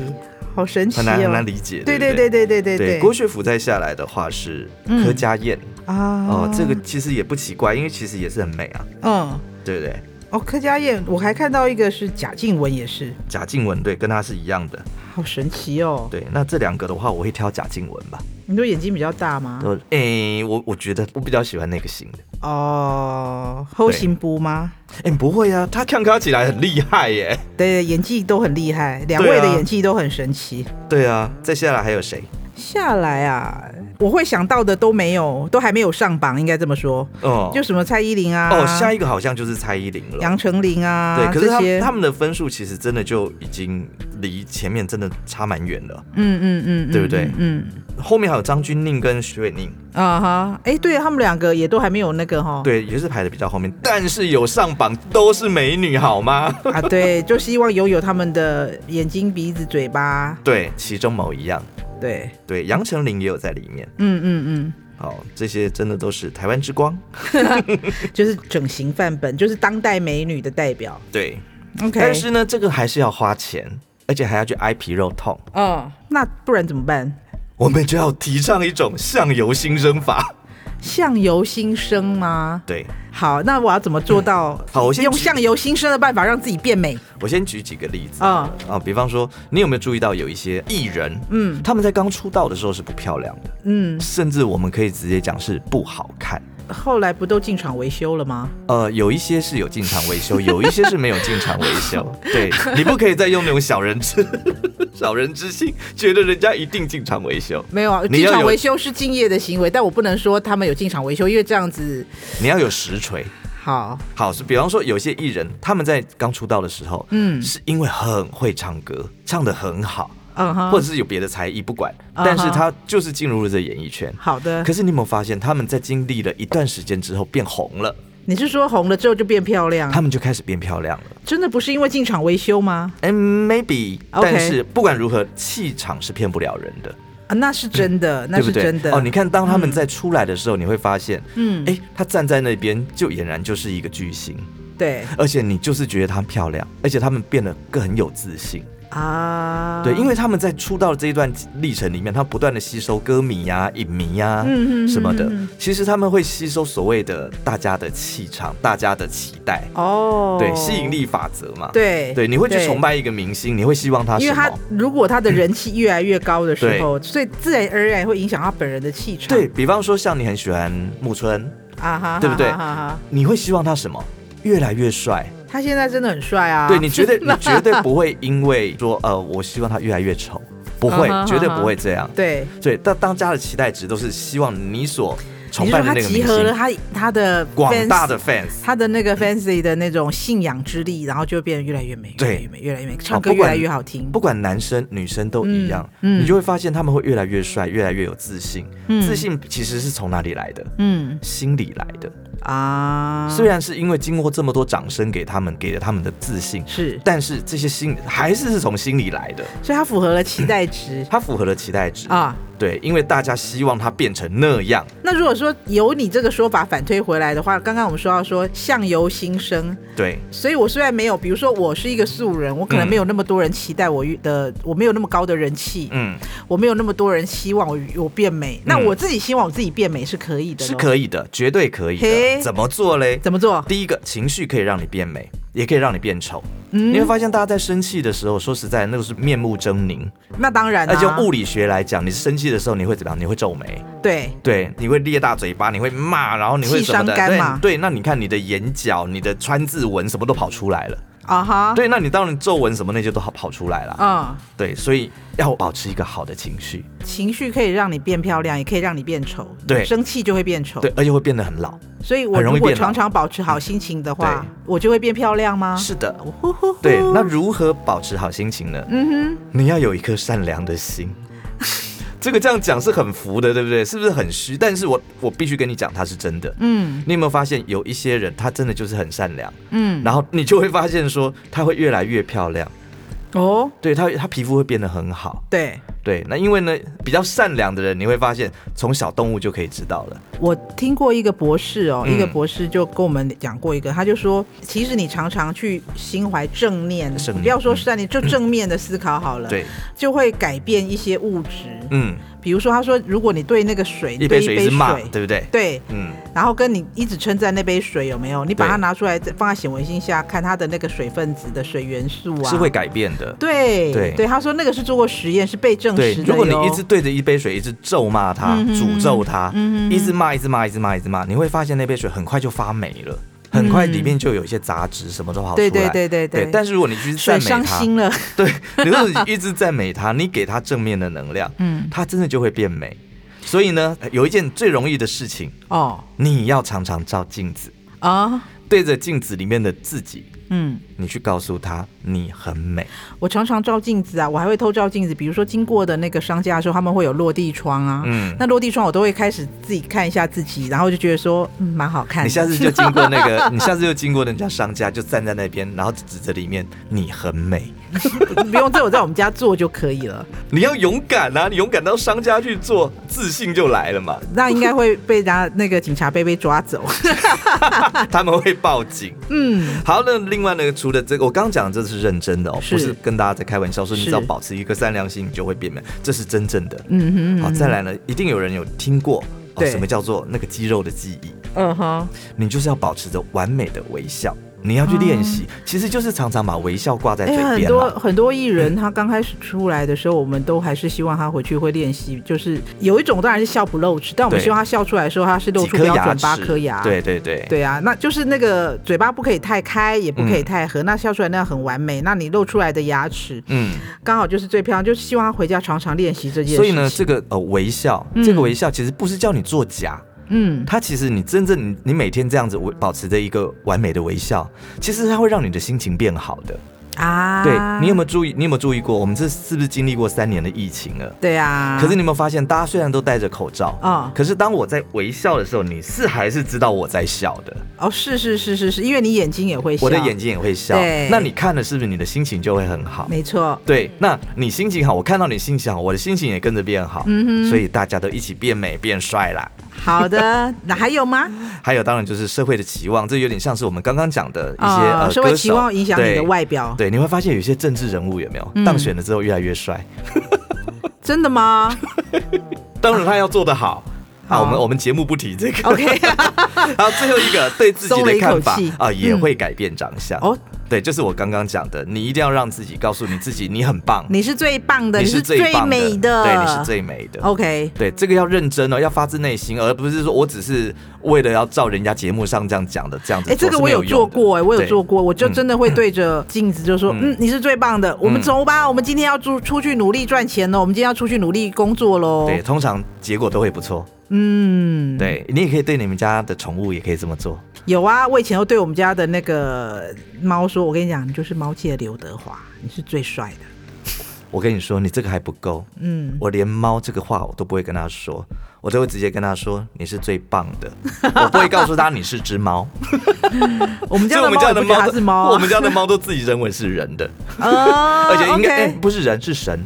Speaker 2: 好神奇
Speaker 1: 很难很难
Speaker 2: 哦。
Speaker 1: 理解，
Speaker 2: 对
Speaker 1: 对
Speaker 2: 对
Speaker 1: 不
Speaker 2: 对对对对
Speaker 1: 对，郭雪芙再下来的话是
Speaker 2: 嗯
Speaker 1: 柯佳燕、
Speaker 2: 啊，
Speaker 1: 哦，这个其实也不奇怪，因为其实也是很美啊，
Speaker 2: 嗯。
Speaker 1: 对不对？
Speaker 2: 哦，柯佳燕，我还看到一个是贾静雯，也是，
Speaker 1: 贾静雯对，跟她是一样的，
Speaker 2: 好神奇哦。
Speaker 1: 对。那这两个的话，我会挑贾静雯吧。
Speaker 2: 你说眼睛比较大吗？
Speaker 1: 都诶、我我觉得我比较喜欢那个型的。
Speaker 2: 哦，后行不吗？
Speaker 1: 哎、不会啊，他看他起来很厉害耶。 <laughs>
Speaker 2: 对，演技都很厉害，两
Speaker 1: 对
Speaker 2: 位
Speaker 1: 啊
Speaker 2: 的演技都很神奇。
Speaker 1: 对啊，再下来还有谁？
Speaker 2: 下来啊，我会想到的都没有，都还没有上榜，应该这么说。
Speaker 1: 哦，
Speaker 2: 就什么蔡依林啊，
Speaker 1: 哦，下一个好像就是蔡依林了。
Speaker 2: 杨丞琳啊，
Speaker 1: 对，可是
Speaker 2: 这
Speaker 1: 他
Speaker 2: 些，
Speaker 1: 他们的分数其实真的就已经离前面真的差蛮远了。
Speaker 2: 嗯嗯嗯，嗯
Speaker 1: 对不对
Speaker 2: 嗯
Speaker 1: 后面还有张钧甯跟徐伟宁，
Speaker 2: 嗯啊哈，哎，对他们两个也都还没有那个哈。
Speaker 1: 对，也是排的比较后面，但是有上榜都是美女，好
Speaker 2: <laughs>
Speaker 1: 吗？
Speaker 2: 啊，对，就希望有有他们的眼睛、鼻子、嘴巴，
Speaker 1: 对，其中某一样，
Speaker 2: 对，
Speaker 1: 对，杨丞琳也有在里面。
Speaker 2: 嗯嗯
Speaker 1: 好，这些真的都是台湾之光。
Speaker 2: 嗯，就是整形范本，就是当代美女的代表。
Speaker 1: 对，
Speaker 2: OK，
Speaker 1: 但是呢，这个还是要花钱，而且还要去挨皮肉痛。
Speaker 2: 嗯，那不然怎么办？
Speaker 1: 我们就要提倡一种相由心生法。
Speaker 2: 相由心生吗？
Speaker 1: 对
Speaker 2: 好，那我要怎么做到？
Speaker 1: 好我先
Speaker 2: 用
Speaker 1: 举
Speaker 2: 相由心生的办法让自己变美。
Speaker 1: 我先举几个例子啊、
Speaker 2: 嗯
Speaker 1: 比方说，你有没有注意到有一些艺人，
Speaker 2: 嗯
Speaker 1: 他们在刚出道的时候是不漂亮的，
Speaker 2: 嗯，
Speaker 1: 甚至我们可以直接讲是不好看。
Speaker 2: 后来不都进厂维修了吗？
Speaker 1: 呃，有一些是有进场维
Speaker 2: <laughs>
Speaker 1: 修，有一些是没有进场维修。对你不可以再用那种小人之 <laughs> 小人之心，觉得人家一定进场维修。
Speaker 2: 没有啊，
Speaker 1: 你
Speaker 2: 进
Speaker 1: 要有
Speaker 2: 厂维修是敬业的行为，但我不能说他们有进厂维修，因为这样子
Speaker 1: 你要有实锤。
Speaker 2: 好。
Speaker 1: 好，是比方说有些艺人他们在刚出道的时候，
Speaker 2: 嗯
Speaker 1: 是因为很会唱歌，唱得很好，
Speaker 2: 嗯哼，
Speaker 1: 或者是有别的才艺，不管，
Speaker 2: 啊哈
Speaker 1: 但是他就是进入了这演艺圈。
Speaker 2: 好的
Speaker 1: 可，是你有没有发现，他们在经历了一段时间之后变红了，
Speaker 2: 你是说红了之后就变漂亮？
Speaker 1: 他们就开始变漂亮了。
Speaker 2: 真的不是因为进厂维修吗？
Speaker 1: 嗯，maybe，
Speaker 2: OK
Speaker 1: 但是不管如何，气场是骗不了人的，
Speaker 2: 啊，那是真的，那
Speaker 1: 对不
Speaker 2: 是
Speaker 1: 对？
Speaker 2: 真的。
Speaker 1: 哦，你看，当他们在出来的时候，你会发现，
Speaker 2: 嗯，
Speaker 1: 哎，他站在那边就俨然就是一个巨星，
Speaker 2: 对
Speaker 1: 而且你就是觉得她漂亮，而且他们变得更有自信。
Speaker 2: 啊，
Speaker 1: 对，因为他们在出道的这一段历程里面，他不断的吸收歌迷呀、影迷呀、
Speaker 2: 嗯嗯嗯
Speaker 1: 什么的
Speaker 2: 嗯嗯，
Speaker 1: 其实他们会吸收所谓的大家的气场、大家的期待，
Speaker 2: 哦，
Speaker 1: 对，吸引，力法则嘛，
Speaker 2: 对
Speaker 1: 对，你会去崇。拜一个明星，你会希望他
Speaker 2: 因
Speaker 1: 什
Speaker 2: 为他
Speaker 1: 么？嗯
Speaker 2: 如果他的人气越来越高的时候，所以自然而然会影响他本人的气场，
Speaker 1: 对比方说，像你很喜欢木村，
Speaker 2: 啊哈，
Speaker 1: 对不对
Speaker 2: 哈哈哈哈
Speaker 1: 你会希望他什么？越来越帅，
Speaker 2: 他现在真的很帅啊，
Speaker 1: 对你绝
Speaker 2: <laughs>
Speaker 1: 对你绝对不会因为说呃，我希望他越来越丑，不会
Speaker 2: 嗯哼，
Speaker 1: 绝对
Speaker 2: 嗯哼
Speaker 1: 不会这样。
Speaker 2: 对，
Speaker 1: 对，但当家的期待值都是希望你所崇
Speaker 2: 你
Speaker 1: 拜
Speaker 2: 说
Speaker 1: 的
Speaker 2: 他
Speaker 1: 那个
Speaker 2: 集
Speaker 1: 明
Speaker 2: 合了
Speaker 1: 星，
Speaker 2: 他他的
Speaker 1: 广大的
Speaker 2: fans-
Speaker 1: fans。
Speaker 2: 他的那个 fancy 的那种信仰之力，然后就变得越来越美，
Speaker 1: 对
Speaker 2: 越来越美，越来越美，唱
Speaker 1: 哦
Speaker 2: 歌
Speaker 1: 不
Speaker 2: 越
Speaker 1: 管
Speaker 2: 来越好听，
Speaker 1: 不管男生女生都一样，
Speaker 2: 嗯嗯
Speaker 1: 你就会发现他们会越来越帅，越来越有自信。
Speaker 2: 嗯
Speaker 1: 自信其实是从哪里来的？
Speaker 2: 嗯
Speaker 1: 心里来的。
Speaker 2: 啊，
Speaker 1: 虽然是因为经过这么多掌声给他们，给了他们的自信，
Speaker 2: 是，
Speaker 1: 但是这些心还是是从心里来的，
Speaker 2: 所以他符合了期待值
Speaker 1: 它符合了期待值。
Speaker 2: 啊。
Speaker 1: 对，因为大家希望他变成那样。
Speaker 2: 那如果说由你这个说法反推回来的话，刚刚我们说到说相由心生，
Speaker 1: 对，
Speaker 2: 所以我虽然没有，比如说我是一个素人，我可能
Speaker 1: 嗯
Speaker 2: 没有那么多人期待我的，我没有那么高的人气，
Speaker 1: 嗯，
Speaker 2: 我没有那么多人希望我我变美，那
Speaker 1: 嗯
Speaker 2: 我自己希望我自己变美是可以的咯，
Speaker 1: 是可以的，绝对可以
Speaker 2: 嘿
Speaker 1: 的。怎么做嘞？
Speaker 2: 怎么做？
Speaker 1: 第一个，情绪可以让你变美。也可以让你变丑。
Speaker 2: 嗯
Speaker 1: 你会发现，大家在生气的时候，说实在，那个是面目狰狞。
Speaker 2: 那当然、啊，
Speaker 1: 而且用物理学来讲，你生气的时候，你会怎么样？你会皱眉，
Speaker 2: 对
Speaker 1: 对，你会裂大嘴巴，你会骂，然后你会
Speaker 2: 气
Speaker 1: 什么的？
Speaker 2: 伤肝嘛
Speaker 1: 对对，那你看你的眼角、你的川字纹什么都跑出来了。
Speaker 2: 啊哈，
Speaker 1: 对，那你当然皱纹什么那些都好跑出来了。
Speaker 2: 嗯，
Speaker 1: 对，所以要保持一个好的情绪，
Speaker 2: 情绪可以让你变漂亮，也可以让你变丑。
Speaker 1: 对
Speaker 2: 生气就会变丑。
Speaker 1: 对，，而且会变得很老。
Speaker 2: 所以我
Speaker 1: 很容易
Speaker 2: 如果
Speaker 1: 变老嗯
Speaker 2: 常常保持好心情的话
Speaker 1: 对，
Speaker 2: 我就会变漂亮吗？
Speaker 1: 是的，
Speaker 2: 啊呼呼呼
Speaker 1: 对。那如何保持好心情呢？
Speaker 2: 嗯
Speaker 1: 你要有一颗善良的
Speaker 2: <laughs>
Speaker 1: 心。这个这样讲是很浮的，对不对？是不是很虚？但是我我必须跟你讲，它是真的。
Speaker 2: 哼，嗯
Speaker 1: 你有没有发现有一些人，他真的就是很善良，
Speaker 2: 嗯，
Speaker 1: 然后你就会发现说，他会越来越漂亮，
Speaker 2: 哦，
Speaker 1: 对他他皮肤会变得很好。
Speaker 2: 对。
Speaker 1: 对，那因为呢，比较善良的人，你会发现从小动物就可以知道了。
Speaker 2: 我听过一个博士哦，
Speaker 1: 嗯
Speaker 2: 一个博士就跟我们讲过一个，他就说，其实你常常去心怀正念，
Speaker 1: 正念嗯
Speaker 2: 不要说善念，就正面的思考好了，，
Speaker 1: 对，
Speaker 2: 就会改变一些物质。
Speaker 1: 嗯，
Speaker 2: 比如说，他说，如果你对那个水，
Speaker 1: 一
Speaker 2: 你
Speaker 1: 杯
Speaker 2: 对
Speaker 1: 水一
Speaker 2: 杯
Speaker 1: 直骂，
Speaker 2: 水，
Speaker 1: 对不对？
Speaker 2: 对，
Speaker 1: 嗯，
Speaker 2: 然后跟你一直称赞那杯水有没有？你把
Speaker 1: 对
Speaker 2: 它拿出来再放在显微镜下看它的那个水分子的水元素啊，
Speaker 1: 是会改变的。
Speaker 2: 对
Speaker 1: 对
Speaker 2: 他说那个是做过实验，是被证
Speaker 1: 对
Speaker 2: 实的，哟。嗯
Speaker 1: 如果你一直对着一杯水一直咒骂它、诅咒它，一直骂、一直骂、一直骂、一直骂，你会发现那杯水很快就发霉了，很快里面就有一些杂质，什么都跑出来。
Speaker 2: 嗯对对对对
Speaker 1: 对但是如果你去赞
Speaker 2: 水
Speaker 1: 美
Speaker 2: 伤
Speaker 1: 它，
Speaker 2: 心了，
Speaker 1: 对，你如果一直赞美它，你给它正面的能量，
Speaker 2: 嗯，
Speaker 1: 它真的就会变美。所以呢，有一件最容易的事情，
Speaker 2: 哦
Speaker 1: 你要常常照镜子，
Speaker 2: 啊，
Speaker 1: 对着镜子里面的自己，
Speaker 2: 嗯。
Speaker 1: 你去告诉他你很美。
Speaker 2: 我常常照镜子啊，我还会偷照镜子。比如说经过的那个商家的时候，他们会有落地窗啊，
Speaker 1: 嗯
Speaker 2: 那落地窗我都会开始自己看一下自己，然后就觉得说，嗯，蛮好看的。
Speaker 1: 你下次就经过那个，你下次就经过人家商家，就站在那边，然后指着里面，你很美。
Speaker 2: <laughs> 不用在我在我们家做就可以了，
Speaker 1: 你要勇敢啊！你勇敢到商家去做，自信就来了
Speaker 2: <laughs>
Speaker 1: 嘛。
Speaker 2: 那应该会被人家那个警察被被抓走。
Speaker 1: 他们会报警。
Speaker 2: 嗯，
Speaker 1: 好，那另外呢，除了这个，我刚刚讲的这是认真的哦，
Speaker 2: 是
Speaker 1: 不是跟大家在开玩笑，说你
Speaker 2: 是
Speaker 1: 只要保持一个善良心，你就会变美，这是真正的。
Speaker 2: 嗯哼嗯哼
Speaker 1: 好，再来呢，一定有人有听过、哦、
Speaker 2: 对
Speaker 1: 什么叫做那个肌肉的记忆。
Speaker 2: 嗯哼，
Speaker 1: 你就是要保持着完美的微笑，你要去练习，其实就是常常把微笑挂在
Speaker 2: 嗯哎、
Speaker 1: 嘴
Speaker 2: 很
Speaker 1: 边
Speaker 2: 多
Speaker 1: 了。
Speaker 2: 很多艺人他刚开始出来的时候，我们都还是希望他回去会练习，就是有一种当然是笑不露齿，但我们
Speaker 1: 对
Speaker 2: 希望他笑出来的时候，他是露
Speaker 1: 几
Speaker 2: 出
Speaker 1: 颗
Speaker 2: 标
Speaker 1: 牙
Speaker 2: 准
Speaker 1: 齿，
Speaker 2: 八颗牙。
Speaker 1: 对对对，
Speaker 2: 对啊，那就是那个嘴巴不可以太开，也不可以太合，那笑出来那样很完美。那你露出来的牙齿
Speaker 1: 嗯，
Speaker 2: 刚好就是最漂亮，就是希望他回家常常练习这件事情。
Speaker 1: 所以呢，这个呃微笑，这个微笑其实不是叫你作假，
Speaker 2: 嗯，
Speaker 1: 它其实你真正你你每天这样子我保持着一个完美的微笑，其实它会让你的心情变好的。
Speaker 2: 啊，
Speaker 1: 对你有没有注意？你有没有注意过？我们这是不是经历过三年的疫情了？
Speaker 2: 对啊，
Speaker 1: 可是你有没有发现，大家虽然都戴着口罩，
Speaker 2: 嗯
Speaker 1: 可是当我在微笑的时候，你是还是知道我在笑的。
Speaker 2: 哦，是是是是是，因为你眼睛也会笑，
Speaker 1: 我的眼睛也会笑
Speaker 2: 对。
Speaker 1: 那你看了是不是你的心情就会很好？
Speaker 2: 没错，
Speaker 1: 对，那你心情好，我看到你心情好，我的心情也跟着变好。
Speaker 2: 嗯
Speaker 1: 所以大家都一起变美变帅啦。
Speaker 2: 好的，那还有吗？
Speaker 1: 还有，当然就是社会的期望，这有点像是我们刚刚讲的一些、
Speaker 2: 啊，
Speaker 1: 呃
Speaker 2: 社会期望影响你的。
Speaker 1: 歌手
Speaker 2: 外表，
Speaker 1: 对对，你会发现有一些政治人物有没有、
Speaker 2: 嗯
Speaker 1: 当选了之后越来越帅？
Speaker 2: 真
Speaker 1: <laughs>
Speaker 2: 的吗
Speaker 1: 当然他要做得
Speaker 2: <laughs>
Speaker 1: 好。啊，
Speaker 2: 好
Speaker 1: 我们我们节目不提这个。
Speaker 2: ？OK，
Speaker 1: <laughs>
Speaker 2: <laughs>
Speaker 1: 好，最后一个对自己
Speaker 2: 松了
Speaker 1: 的
Speaker 2: 一口
Speaker 1: 看法
Speaker 2: 气嗯
Speaker 1: 啊，也会改变长相。
Speaker 2: 哦，
Speaker 1: 对，就是我刚刚讲的，你一定要让自己告诉你自己，你很棒，
Speaker 2: 你是最棒的，
Speaker 1: 你是
Speaker 2: 是
Speaker 1: 最
Speaker 2: 最
Speaker 1: 棒
Speaker 2: 美哦
Speaker 1: 的，对，你是最美的。
Speaker 2: OK，
Speaker 1: 对，这个要认真哦，要发自内心，而不是说我只是为了要照人家节目上这样讲的这样子
Speaker 2: 哎、
Speaker 1: 做。
Speaker 2: 这
Speaker 1: 是
Speaker 2: 个我
Speaker 1: 没
Speaker 2: 有
Speaker 1: 有
Speaker 2: 做过、哎，我有做
Speaker 1: 过。
Speaker 2: 过，我就
Speaker 1: 嗯
Speaker 2: 真的会对着镜子就说，嗯你是最棒的，我们
Speaker 1: 嗯
Speaker 2: 走吧，我们今天要出出去努力赚钱喽，我们今天要出去努力工作喽。
Speaker 1: 对，通常结果都会不错。
Speaker 2: 嗯，
Speaker 1: 对你也可以对你们家的宠物也可以这么做。
Speaker 2: 有啊，我以前都对我们家的那个猫说，我跟你讲，你就是猫界的刘德华，你是最帅的。
Speaker 1: 我跟你说，你这个还不够，
Speaker 2: 嗯，
Speaker 1: 我连猫这个话我都不会跟他说，我都会直接跟他说你是最棒的， <laughs> 我不会告诉他你是只猫。
Speaker 2: 我们
Speaker 1: 所 <laughs> 以
Speaker 2: 家
Speaker 1: 我
Speaker 2: 的
Speaker 1: 们
Speaker 2: 猫
Speaker 1: 家
Speaker 2: 也
Speaker 1: 的
Speaker 2: 不
Speaker 1: 猫
Speaker 2: 觉得它
Speaker 1: 都，
Speaker 2: 是猫、啊，
Speaker 1: 我们家的猫都自己认为是人的，
Speaker 2: <laughs> 啊，
Speaker 1: <laughs> 而且应该、哎
Speaker 2: OK
Speaker 1: 不是人是神。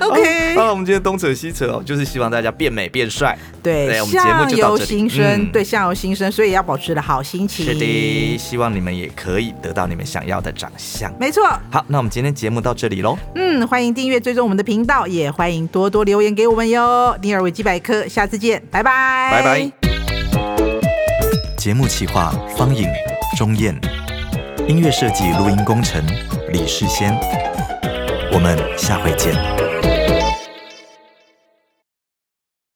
Speaker 2: OK，、
Speaker 1: 啊，我们今天东扯西扯哦，就是希望大家变美变帅。对
Speaker 2: 对，
Speaker 1: 我们节目
Speaker 2: 相
Speaker 1: 就到
Speaker 2: 由
Speaker 1: 这里
Speaker 2: 心生，
Speaker 1: 嗯
Speaker 2: 对，相由心生，所以要保持的好心情。
Speaker 1: 是的，，希望你们也可以得到你们想要的长相。
Speaker 2: 没错。
Speaker 1: 好，那我们今天节目到这里喽，
Speaker 2: 嗯，欢迎订阅追踪我们的频道，也欢迎多多留言给我们哟。第二维基百科，下次见，拜拜，
Speaker 1: 拜拜。。节目企划方颖、钟燕，音乐设计、录音工程李世先。我们下回见。